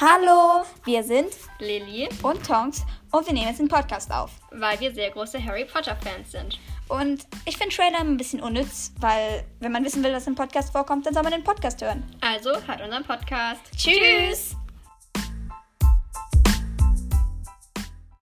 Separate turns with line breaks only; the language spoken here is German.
Hallo, wir sind
Lilly,
und Tonks und wir nehmen jetzt einen Podcast auf.
weil wir sehr große Harry Potter Fans sind.
Und ich finde Trailer ein bisschen unnütz, weil wenn man wissen will, dass ein Podcast vorkommt, dann soll man den Podcast hören.
Also hört unseren Podcast.
Tschüss.